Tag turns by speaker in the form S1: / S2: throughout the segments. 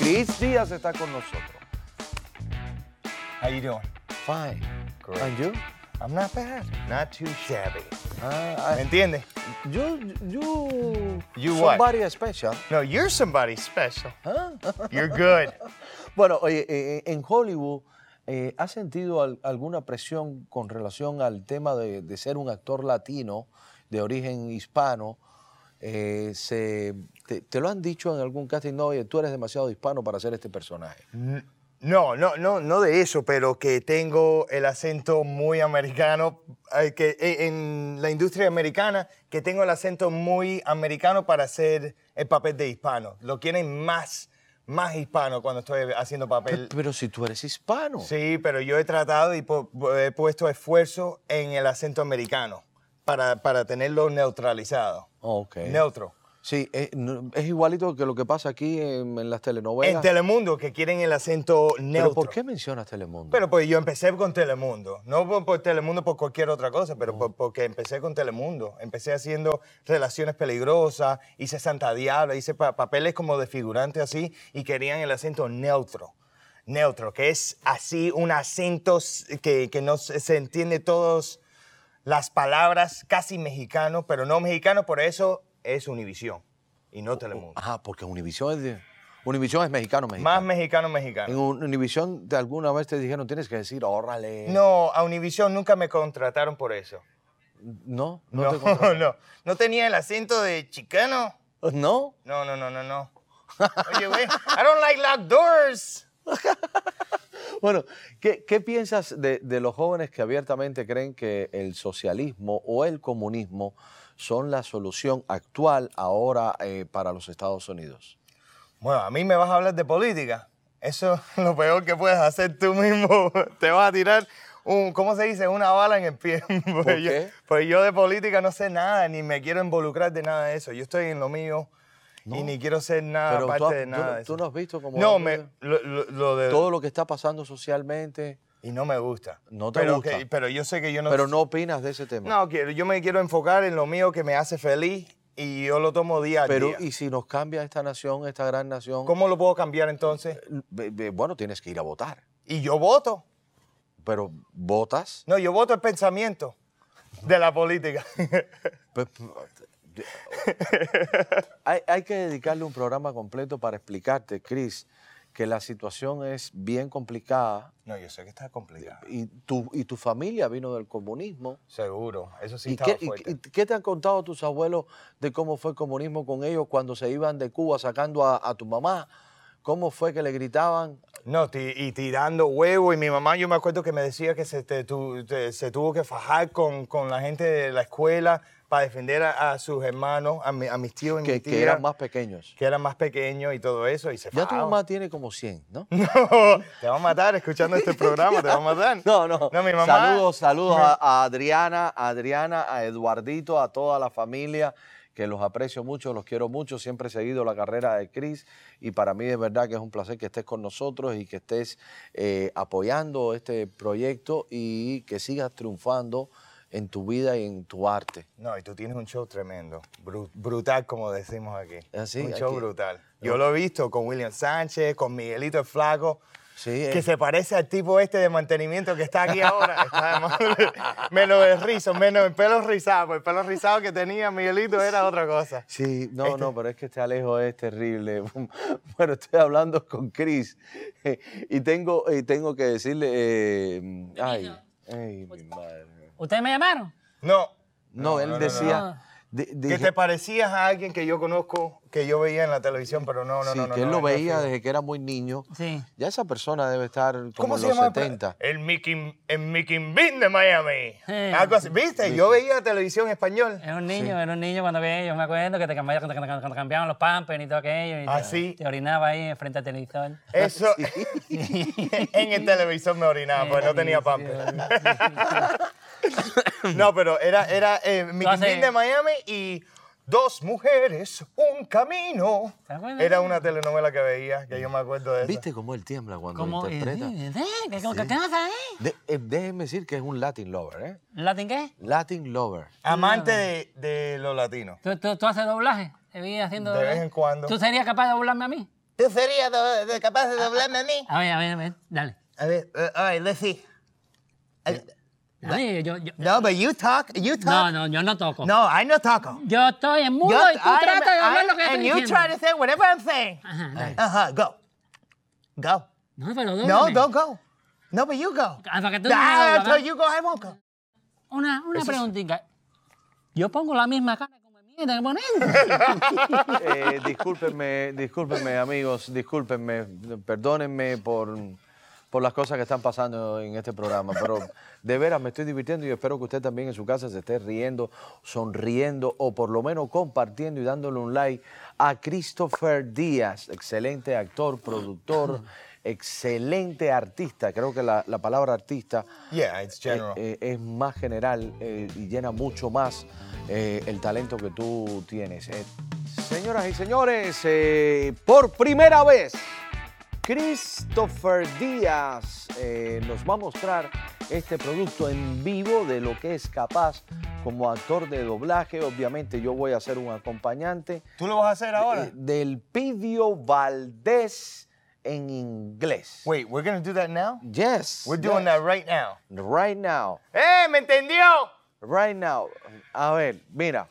S1: días está con nosotros.
S2: How you doing?
S1: Fine.
S2: Great.
S1: And you?
S2: I'm not bad. Not too shabby.
S1: Ah,
S2: ¿Me
S1: I-
S2: entiendes?
S1: you, you,
S2: You what?
S1: somebody special.
S2: No, you're somebody special. You're good.
S1: Bueno, oye, eh, eh, en Hollywood, eh, ¿has sentido al- alguna presión con relación al tema de, de ser un actor latino de origen hispano? Eh, se- te, te lo han dicho en algún casting? No, oye, tú eres demasiado hispano para hacer este personaje.
S2: No, no, no, no de eso, pero que tengo el acento muy americano, eh, que eh, en la industria americana, que tengo el acento muy americano para hacer el papel de hispano. Lo quieren más, más hispano cuando estoy haciendo papel.
S1: Pero si tú eres hispano.
S2: Sí, pero yo he tratado y po- he puesto esfuerzo en el acento americano para, para tenerlo neutralizado.
S1: Ok.
S2: Neutro.
S1: Sí, es, no- es igualito que lo que pasa aquí en, en las telenovelas.
S2: En Telemundo, que quieren el acento neutro.
S1: ¿Pero por qué mencionas Telemundo?
S2: Pero pues yo empecé con Telemundo, no por, por Telemundo por cualquier otra cosa, pero por- porque empecé con Telemundo. Empecé haciendo relaciones peligrosas, hice Santa Diabla, hice pa- papeles como de figurante así y querían el acento neutro. Neutro, que es así un acento s- que, que no se, se entiende todos las palabras, casi mexicano, pero no mexicano, por eso es Univisión y
S1: Oh,
S2: no Telemundo.
S1: Ajá, porque Univision es, de- Univision es mexicano, mexicano.
S2: Más mexicano, mexicano.
S1: En Un- Univision de alguna vez te dijeron, tienes que decir, órale.
S2: No, a Univisión nunca me contrataron por eso.
S1: No, no,
S2: No,
S1: te
S2: no,
S1: contrataron.
S2: no. tenía el acento de chicano?
S1: ¿No?
S2: No, no, no, no, no. Oye, güey, I don't like locked doors.
S1: Bueno, ¿qué, qué piensas de, de los jóvenes que abiertamente creen que el socialismo o el comunismo son la solución actual ahora eh, para los Estados Unidos?
S2: Bueno, a mí me vas a hablar de política. Eso es lo peor que puedes hacer tú mismo. Te vas a tirar un, ¿cómo se dice? Una bala en el pie. ¿Por
S1: qué?
S2: pues yo de política no sé nada, ni me quiero involucrar de nada de eso. Yo estoy en lo mío y ni quiero ser nada
S1: Pero tú
S2: parte
S1: has-
S2: de
S1: tú
S2: nada
S1: no-
S2: de
S1: tú
S2: eso.
S1: no has visto cómo
S2: No,
S1: han-
S2: me, lo, lo- lo de...
S1: Todo lo que está pasando socialmente,
S2: Y no me gusta.
S1: No te
S2: pero
S1: gusta.
S2: que- pero yo sé que yo no...
S1: pero no opinas de ese tema.
S2: No, quiero- yo me quiero enfocar en lo mío que me hace feliz y yo lo tomo día a
S1: Pero,
S2: día.
S1: ¿y si nos cambia esta nación, esta gran nación?
S2: ¿Cómo lo puedo cambiar entonces?
S1: Ve- ve- Bueno, tienes que ir a votar.
S2: Y yo voto.
S1: Pero votas.
S2: No, yo voto el pensamiento de la política.
S1: Pe- pe- de- hay, hay que dedicarle un programa completo para explicarte, Chris, que la situación es bien complicada
S2: no, yo sé que está complicado.
S1: y tu, y tu familia vino del comunismo.
S2: Seguro, eso sí
S1: ¿Y
S2: estaba
S1: qué, y-
S2: fuerte.
S1: y qué te han contado tus abuelos de cómo fue el comunismo con ellos cuando se iban de Cuba sacando a, a tu mamá? ¿Cómo fue que le gritaban?
S2: No, ti- y tirando huevo. Y mi mamá, yo me acuerdo que me decía que se, te tu- te- se tuvo que fajar con, con la gente de la escuela para defender a, a sus hermanos, a, mi- a mis tíos y
S1: Que,
S2: mis
S1: que
S2: tías,
S1: eran más pequeños.
S2: que eran más pequeños y todo eso. Y se
S1: Ya tu
S2: fajaban.
S1: mamá tiene como 100, ¿no?
S2: No, te va a matar escuchando este programa, te va a matar.
S1: No, no.
S2: No, mi mamá.
S1: Saludos, saludos a, a Adriana, a Adriana, a Eduardito, a toda la familia, que los aprecio mucho, los quiero mucho. Siempre he seguido la carrera de Cris y para mí es verdad que es un placer que estés con nosotros y que estés eh, apoyando este proyecto y que sigas triunfando en tu vida y en tu arte.
S2: No, y tú tienes un show tremendo, bru- brutal como decimos aquí.
S1: Ah, sí,
S2: un show
S1: aquí.
S2: brutal. Yo lo he visto con William Sánchez, con Miguelito el Flaco.
S1: Sí, eh.
S2: Que se parece al tipo este de mantenimiento que está aquí ahora. Está de madre. menos el rizo, menos el pelo rizado. pues El pelo rizado que tenía Miguelito era otra cosa.
S1: Sí, no, no, pero es que este Alejo es terrible. Bueno, estoy hablando con Chris eh, y tengo, y tengo que decirle, eh, ay, ay, mi madre.
S3: ¿Ustedes me llamaron?
S2: Pues No,
S1: No, él decía, de-
S2: que
S1: dije-
S2: te parecías a alguien que yo conozco, que yo veía en la televisión, pero no, no,
S1: sí,
S2: no, no.
S1: que él
S2: no,
S1: lo
S2: no
S1: veía
S2: fui.
S1: desde que era muy niño.
S3: Sí.
S1: Ya esa persona debe estar como en los
S2: llama?
S1: 70.
S2: El Mickey, el Mickey Bean de Miami.
S3: Sí.
S2: Algo así. ¿Viste? Yo veía televisión español.
S3: Era un niño, era un niño cuando vi ellos, me acuerdo que te cambiaban, cuando- cuando- cuando cambiaban los pampers y todo aquello. Y
S2: Ah,
S3: te,
S2: sí.
S3: te orinaba ahí frente al televisor.
S2: Eso. en el televisor me orinaba, pues no tenía pamper. no, pero era, era eh, Mickey
S3: haces-
S2: Bean de Miami y Dos mujeres, un camino.
S3: ¿Te acuerdas?
S2: Era una telenovela que veía, que yo me acuerdo de eso.
S1: ¿Viste cómo él tiembla cuando
S3: ¿Cómo? eh,
S1: interpreta?
S3: eh, eh, ¿Qué qué- qué pasa, eh?
S1: De- eh, déjeme decir que es un Latin lover, ¿eh?
S3: ¿Latin qué?
S1: Latin lover.
S2: Amante de, de los latinos.
S3: ¿Tú, tú, tú haces doblaje? ¿Te vi haciendo
S2: De vez en cuando.
S3: ¿Tú serías capaz de doblarme a mí?
S2: ¿Tú serías do- de- capaz de doblarme a mí?
S3: A ver, a ver, a ver, dale.
S2: A ver, eh, all right, let's see. I-
S3: Dale, yo, yo-
S2: no, but you talk, you
S3: no,
S2: talk.
S3: no, yo no toco.
S2: no I no taco.
S3: Yo estoy en mudo y tú
S2: I am-
S3: tratas de hablar
S2: I-
S3: lo que yo
S2: And
S3: estoy
S2: you
S3: diciendo.
S2: try to say whatever I'm saying.
S3: Ajá, dale.
S2: Uh-huh, go. Go.
S3: No, pero
S2: No,
S3: dóblame.
S2: don't go. No, but you go.
S3: Ah, para que tú no me
S2: Ah,
S3: doblas,
S2: until
S3: ¿va?
S2: you go, I won't go.
S3: Una,
S2: Eso
S3: una
S2: es-
S3: preguntita. Yo pongo la misma cara como mierda que ponen.
S1: Eh, discúlpenme, discúlpenme, amigos, discúlpenme, perdónenme por, por las cosas que están pasando en este programa, pero de veras me estoy divirtiendo y espero que usted también en su casa se esté riendo, sonriendo o por lo menos compartiendo y dándole un like a Christopher Díaz, excelente actor, productor, excelente artista, creo que la, la palabra artista
S2: Yeah, it's general.
S1: eh, eh, es más general eh, y llena mucho más eh, el talento que tú tienes. eh. Señoras y señores, eh, por primera vez, Christopher Díaz eh, nos va a mostrar este producto en vivo de lo que es capaz como actor de doblaje. Obviamente yo voy a ser un acompañante
S2: ¿Tú lo vas a hacer
S1: eh, del Pidio Valdés en inglés.
S2: Wait, we're gonna do that now?
S1: Yes.
S2: We're doing
S1: yes.
S2: that right now.
S1: Right now.
S2: ¡Eh, me entendió!
S1: Right now. A ver, mira.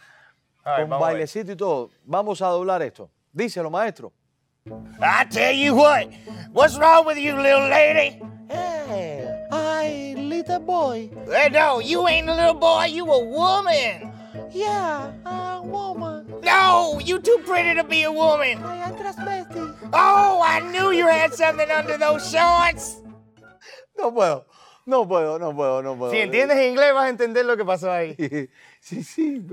S2: All right,
S1: con
S2: vamos a ver.
S1: bailecito y todo. Vamos a doblar esto. Díselo, maestro.
S2: I tell you what, what's wrong with you, little lady?
S1: Eh, ay, little boy.
S2: Hey, Eh, no, you ain't a little boy, you a woman.
S1: Yeah, a woman.
S2: No, you too pretty to be a woman.
S1: I am transvesti.
S2: Oh, I knew you had something under those shorts.
S1: No puedo, no puedo, no puedo, no puedo.
S2: Si entiendes inglés vas a entender lo que pasó ahí.
S1: Sí, sí.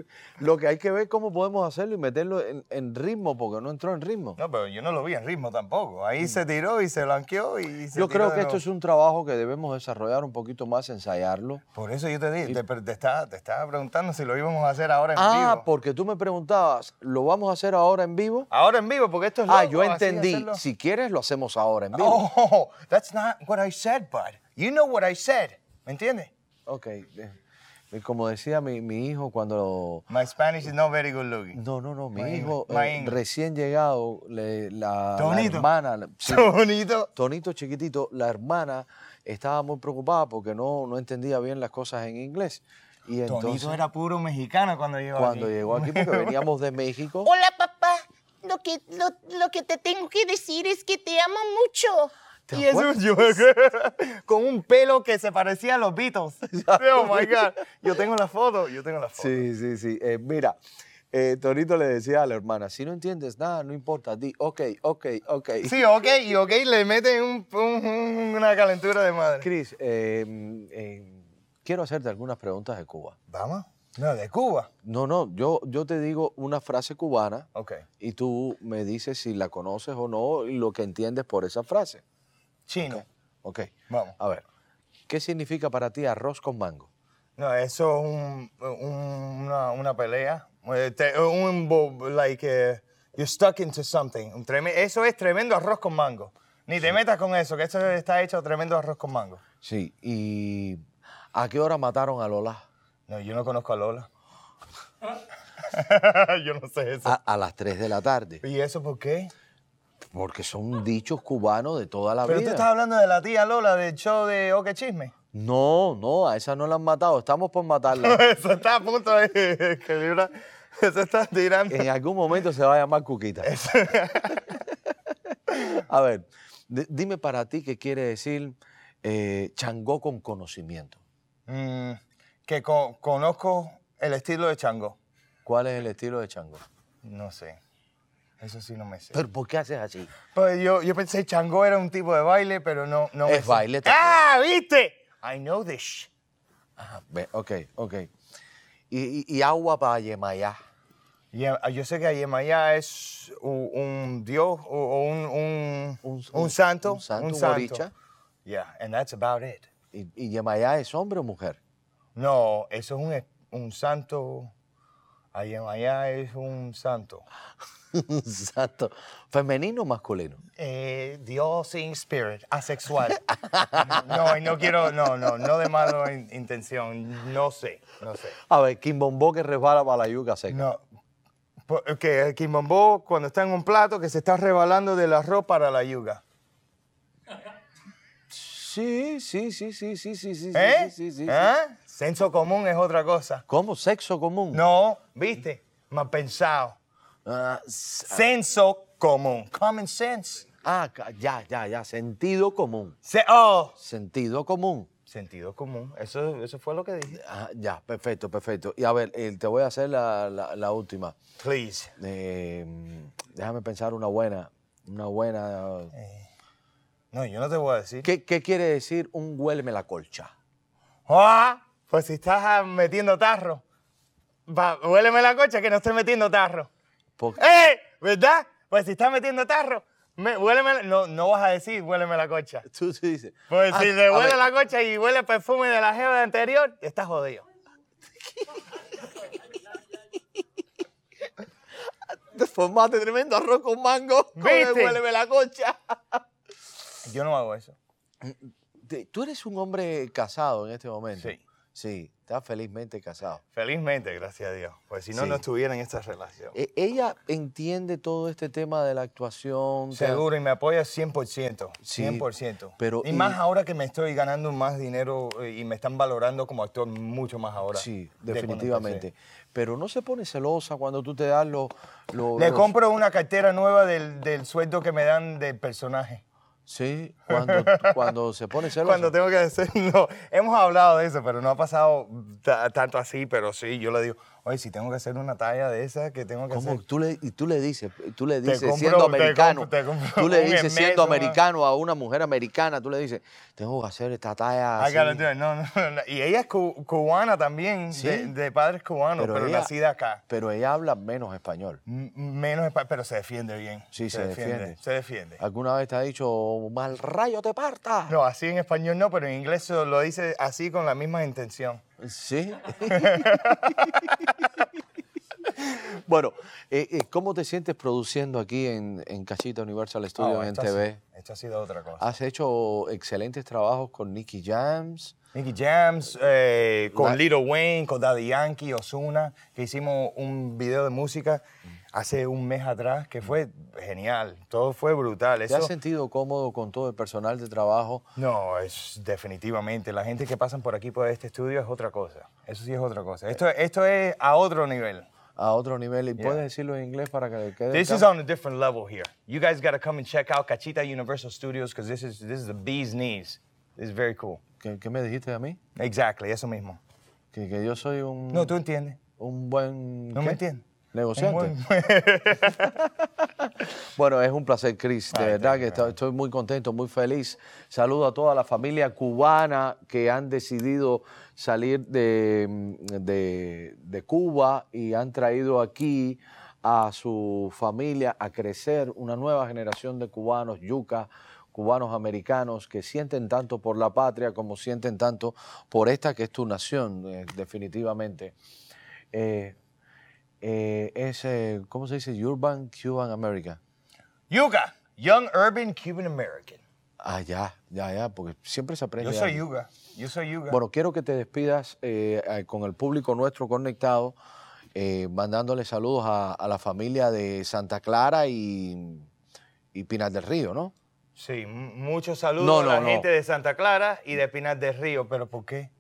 S1: Lo que hay que ver es cómo podemos hacerlo y meterlo en, en ritmo, porque no entró en ritmo.
S2: No, pero yo no lo vi en ritmo tampoco. Ahí se tiró y se blanqueó y se
S1: Yo
S2: tiró
S1: creo
S2: de
S1: que
S2: nuevo.
S1: esto es un trabajo que debemos desarrollar un poquito más, ensayarlo.
S2: Por eso yo te dije, te, pero te estaba, te estaba preguntando si lo íbamos a hacer ahora en
S1: Ah,
S2: vivo.
S1: porque tú me preguntabas, ¿lo vamos a hacer ahora en vivo?
S2: Ahora en vivo, porque esto es
S1: Ah,
S2: loco,
S1: yo
S2: así
S1: entendí.
S2: hacerlo.
S1: Si quieres, lo hacemos ahora en vivo.
S2: Oh, that's not what I said, bud. You know what I said. ¿Me entiendes?
S1: Ok. eh, eh, Como decía mi, mi hijo cuando...
S2: My Spanish is not very good looking.
S1: No, no, no. Mi
S2: Imagínate,
S1: hijo eh,
S2: imagínate.
S1: recién llegado, le- la, la
S2: Tonito.
S1: hermana... la- sí,
S2: Bonito.
S1: Tonito chiquitito, la hermana estaba muy preocupada porque no, no entendía bien las cosas en inglés. Y entonces,
S2: Tonito era puro mexicano cuando llegó
S1: cuando
S2: aquí.
S1: llegó aquí, porque veníamos de México...
S4: Hola papá, lo que, lo, lo que te tengo que decir es que te amo mucho.
S1: ¿te
S2: Y eso
S1: acuerdas?
S2: yo con un pelo que se parecía a los Beatles. Oh my God. Yo tengo la foto, yo tengo la foto.
S1: Sí, sí, sí. Eh, mira, eh, Tonito le decía a la hermana, si no entiendes nada, no importa, di ok, ok, ok.
S2: Sí, ok, y ok, le meten un- un- un- una calentura de madre.
S1: Cris, eh, mm, eh, quiero hacerte algunas preguntas de Cuba.
S2: Vamos. No, de Cuba.
S1: No, no, yo, yo te digo una frase cubana
S2: Ok.
S1: y tú me dices si la conoces o no y lo que entiendes por esa frase.
S2: Chino.
S1: Ok.
S2: Vamos.
S1: A ver, ¿qué significa para ti arroz con mango?
S2: No, eso es un, un- una, una pelea. Eh, te- Un, bo- like, eh, you're stuck into something. Un treme- eso es tremendo arroz con mango. Ni te metas con eso, que eso está hecho tremendo arroz con mango.
S1: Sí, ¿y a qué hora mataron a Lola?
S2: No, yo no conozco a Lola. yo no sé eso.
S1: A, a las 3 de la tarde,
S2: ¿Y eso por qué?
S1: porque son dichos cubanos de toda la
S2: Pero tú
S1: vida.
S2: estás hablando de la tía Lola del show de Oh, qué chisme.
S1: No, no, a esa no la han matado, estamos por matarla.
S2: Eso está a punto de escribir. Eso está tirando.
S1: en algún momento se va a llamar Cuquita. a ver, di- dime para ti qué quiere decir eh, changó con conocimiento.
S2: Mm, que co- conozco el estilo de Chango.
S1: ¿Cuál es el estilo de chango?
S2: No sé. Eso sí no me sé.
S1: ¿Pero por qué haces así?
S2: Pues yo, yo pensé Chango era un tipo de baile, pero no, no me
S1: Es
S2: sé.
S1: baile también.
S2: ¡Ah, viste! I know this.
S1: Ajá, Ah, ve, ok, ok. Y, y- y agua para Yemayá.
S2: Y, ah, yo sé que Ayemaya es u- un, dios o o un, un,
S1: Un-
S2: un
S1: un-
S2: santo.
S1: un santo, un oricha.
S2: Yeah, and that's about it.
S1: ¿Y, y Yemayá es hombre o mujer?
S2: No, eso es un, es- un santo. Ayemaya es un santo.
S1: Exacto. ¿Femenino o masculino?
S2: Eh, Dios sin spirit, asexual. No, y no quiero, no, no, no de mala in- intención. No sé, no sé.
S1: A ver, Kimbombo que resbala para la yuca seca.
S2: No. po- que el quimbombo cuando está en un plato que se está rebalando del arroz para la yuga.
S1: Sí, sí, sí, sí, sí, sí, sí,
S2: ¿Eh?
S1: sí, sí, sí, sí.
S2: ¿Ah? Senso común es otra cosa.
S1: ¿Cómo? ¿Sexo común?
S2: No, ¿viste? Mal pensado.
S1: Ah, s-
S2: Senso común. Common sense.
S1: ah, ca- ya, ya, ya. Sentido común.
S2: Se- oh.
S1: Sentido común.
S2: Sentido común. Eso, eso fue lo que dije.
S1: Ah, ya, perfecto, perfecto. Y a ver, eh, te voy a hacer la, la- la última.
S2: Please.
S1: Eh, déjame pensar una buena. Una buena. eh,
S2: No, yo no te voy a decir.
S1: ¿Qué, qué quiere decir un huelme la colcha?
S2: Ah, pues si estás ah, metiendo tarro. Va, huéleme la cocha que no estoy metiendo tarro.
S1: Por-
S2: ¡Eh! ¿Verdad? Pues si estás metiendo tarro, me, huéleme la- no, no vas a decir huéleme la cocha.
S1: Tú sí dices.
S2: Pues
S1: ah,
S2: si
S1: a
S2: te huele
S1: ver,
S2: la cocha y huele el perfume de la jeva anterior, estás jodido.
S1: Te formaste tremendo arroz con mango. Con el
S2: ¿Viste?
S1: huéleme la colcha.
S2: Yo no hago eso.
S1: Te- Tú eres un hombre casado en este momento.
S2: Sí.
S1: Sí, estás felizmente casado.
S2: Felizmente, gracias a Dios. Pues si no,
S1: Sí.
S2: no estuviera en esta relación.
S1: E- ¿Ella entiende todo este tema de la actuación? te-
S2: Seguro, y me apoya 100%.
S1: Sí,
S2: 100%.
S1: pero-
S2: y,
S1: y-
S2: más ahora que me estoy ganando más dinero eh, y me están valorando como actor mucho más ahora.
S1: Sí,
S2: de cuando
S1: definitivamente.
S2: empecé.
S1: Pero no se pone celosa cuando tú te das los... los-
S2: Le
S1: los-
S2: compro una cartera nueva del, del sueldo que me dan del personaje.
S1: Sí, cuando, cuando se pone celosa.
S2: Cuando tengo que decir, no, hemos hablado de eso, pero no ha pasado ta- tanto así, pero sí, yo le digo, oye, si tengo que hacer una talla de esa, que tengo que
S1: ¿Cómo?
S2: hacer?
S1: Tú le, y tú le dices, tú le
S2: Te
S1: dices
S2: compro-
S1: siendo
S2: te
S1: americano,
S2: compro- te compro
S1: tú le
S2: un
S1: dices siendo
S2: esmeto, ¿no?
S1: americano a una mujer americana, tú le dices, tengo que hacer esta talla
S2: I
S1: así".
S2: gotta do it. Ah, No, no, no. Y ella es cu- cubana también,
S1: Sí.
S2: de, de padres cubanos, pero,
S1: ella-
S2: nacida acá.
S1: Pero ella habla menos español.
S2: M- Menos, espa- pero se defiende bien.
S1: Sí, se defiende.
S2: Se defiende.
S1: ¿Alguna vez te ha dicho, mal rayo te parta?
S2: No, así en español no, pero en inglés se lo dice así con la misma intención.
S1: Sí. bueno, eh, eh, ¿cómo te sientes produciendo aquí en, en Cachita Universal Studio
S2: Ah,
S1: en Ah.
S2: esto ha
S1: TV?
S2: sido- esto ha sido otra cosa.
S1: Has hecho excelentes trabajos con Nicky Jams.
S2: Nicky Jams, eh, con
S1: La-
S2: Little Wayne, con Daddy Yankee, Osuna, que hicimos un video de música
S1: Mm.
S2: hace un mes atrás, que fue genial. Todo fue brutal.
S1: ¿Te has
S2: Eso-
S1: sentido cómodo con todo el personal de trabajo?
S2: No, es definitivamente. La gente que pasan por aquí, por este estudio, es otra cosa. Eso sí es otra cosa. Esto, esto es a otro nivel.
S1: A otro nivel. ¿Y
S2: Yeah.
S1: puedes decirlo en inglés para que le quede?
S2: This
S1: acá?
S2: is on a different level here. You guys got to come and check out Cachita Universal Studios because this is, this is the bee's knees. This is very cool.
S1: ¿Qué, qué me dijiste a mí?
S2: Exactly, eso mismo.
S1: Que, que yo soy un,
S2: No, tú entiendes.
S1: un buen...
S2: No
S1: ¿qué?
S2: me entiendes.
S1: Negociante.
S2: Un buen-
S1: Bueno, es un placer, Chris. De
S2: Ay,
S1: verdad
S2: thank
S1: que
S2: you,
S1: estoy, estoy muy contento, muy feliz. Saludo a toda la familia cubana que han decidido salir de, de- de Cuba y han traído aquí a su familia a crecer una nueva generación de cubanos, yuca, cubanos americanos que sienten tanto por la patria como sienten tanto por esta que es tu nación, eh, definitivamente. Eh, eh, es, eh, ¿cómo se dice? Urban Cuban America.
S2: Yuga, Young Urban Cuban American.
S1: Ah, ya, ya, ya, porque siempre se aprende.
S2: Yo soy
S1: algo.
S2: Yuga. Yo soy Yuga.
S1: Bueno, quiero que te despidas eh, eh, con el público nuestro conectado, eh, mandándole saludos a, a la familia de Santa Clara y, y Pinar del Río, ¿no?
S2: Sí, m- muchos saludos
S1: No,
S2: a
S1: no,
S2: la
S1: no.
S2: gente de Santa Clara y de Pinar del Río, pero ¿por qué?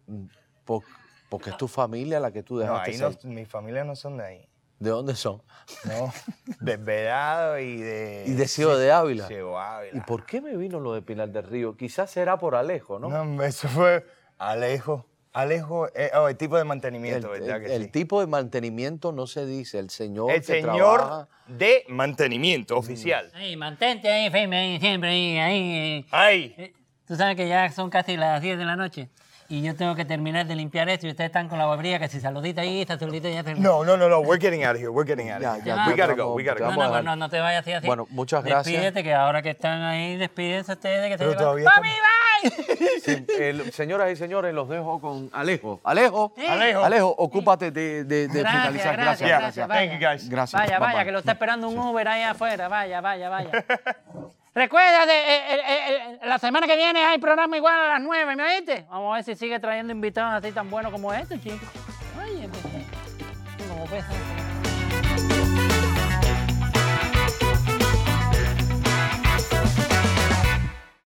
S1: Por- porque es tu familia la que tú
S2: No,
S1: dejaste.
S2: ahí no,
S1: salir.
S2: mi familia no son de ahí.
S1: ¿De dónde son?
S2: No, desvelado y de...
S1: Y de Ciego de Ávila.
S2: Ciego Ávila.
S1: ¿Y por qué me vino lo de Pinar del Río? Quizás será por Alejo, ¿no?
S2: No, hombre, eso fue Alejo. Alejo, eh, oh, el tipo de
S1: el,
S2: mantenimiento, ¿verdad?
S1: el-
S2: que
S1: el
S2: sí?
S1: tipo de mantenimiento no se dice, el señor
S2: El
S1: que
S2: señor
S1: trabaja-
S2: de mantenimiento oficial.
S3: Ahí, mantente ahí, firme, ahí, siempre ahí, ahí.
S2: ¡Ay!
S3: Eh, Tú sabes que ya son casi las 10 de la noche y yo tengo que terminar de limpiar esto y ustedes están con la barbería que si saludita ahí, esta saludita ya se...
S2: No, no, no, no, we're getting out of here, we're getting out
S1: Ya,
S2: of here.
S1: ya,
S2: we
S1: ya
S2: gotta go,
S1: estamos-
S2: we gotta
S1: ya
S3: No,
S2: go.
S1: vamos a
S3: no,
S1: dejar.
S3: no, no te vayas así, así.
S1: Bueno, muchas gracias.
S3: Despídete que ahora que están ahí, despídense ustedes. Que se
S2: Pero
S3: van.
S2: todavía
S3: ¡Mami, bye!
S1: Sí, el- señoras y señores, los dejo con Alejo. Alejo,
S3: Sí.
S1: Alejo,
S2: Alejo.
S1: ocúpate de, de- de
S3: Gracias,
S1: finalizar.
S3: gracias,
S1: Gracias,
S2: Yeah,
S1: gracias.
S3: vaya.
S2: thank you guys.
S1: Gracias.
S3: Vaya,
S1: Bye,
S3: vaya,
S1: bye.
S3: que lo está esperando un Uber ahí afuera. Vaya, vaya, vaya. Recuerda, de- eh, eh, eh, la semana que viene hay programa igual a las 9, ¿me oíste? Vamos a ver si sigue trayendo invitados así tan buenos como este, chicos. Oye, pues, eh, como pesa.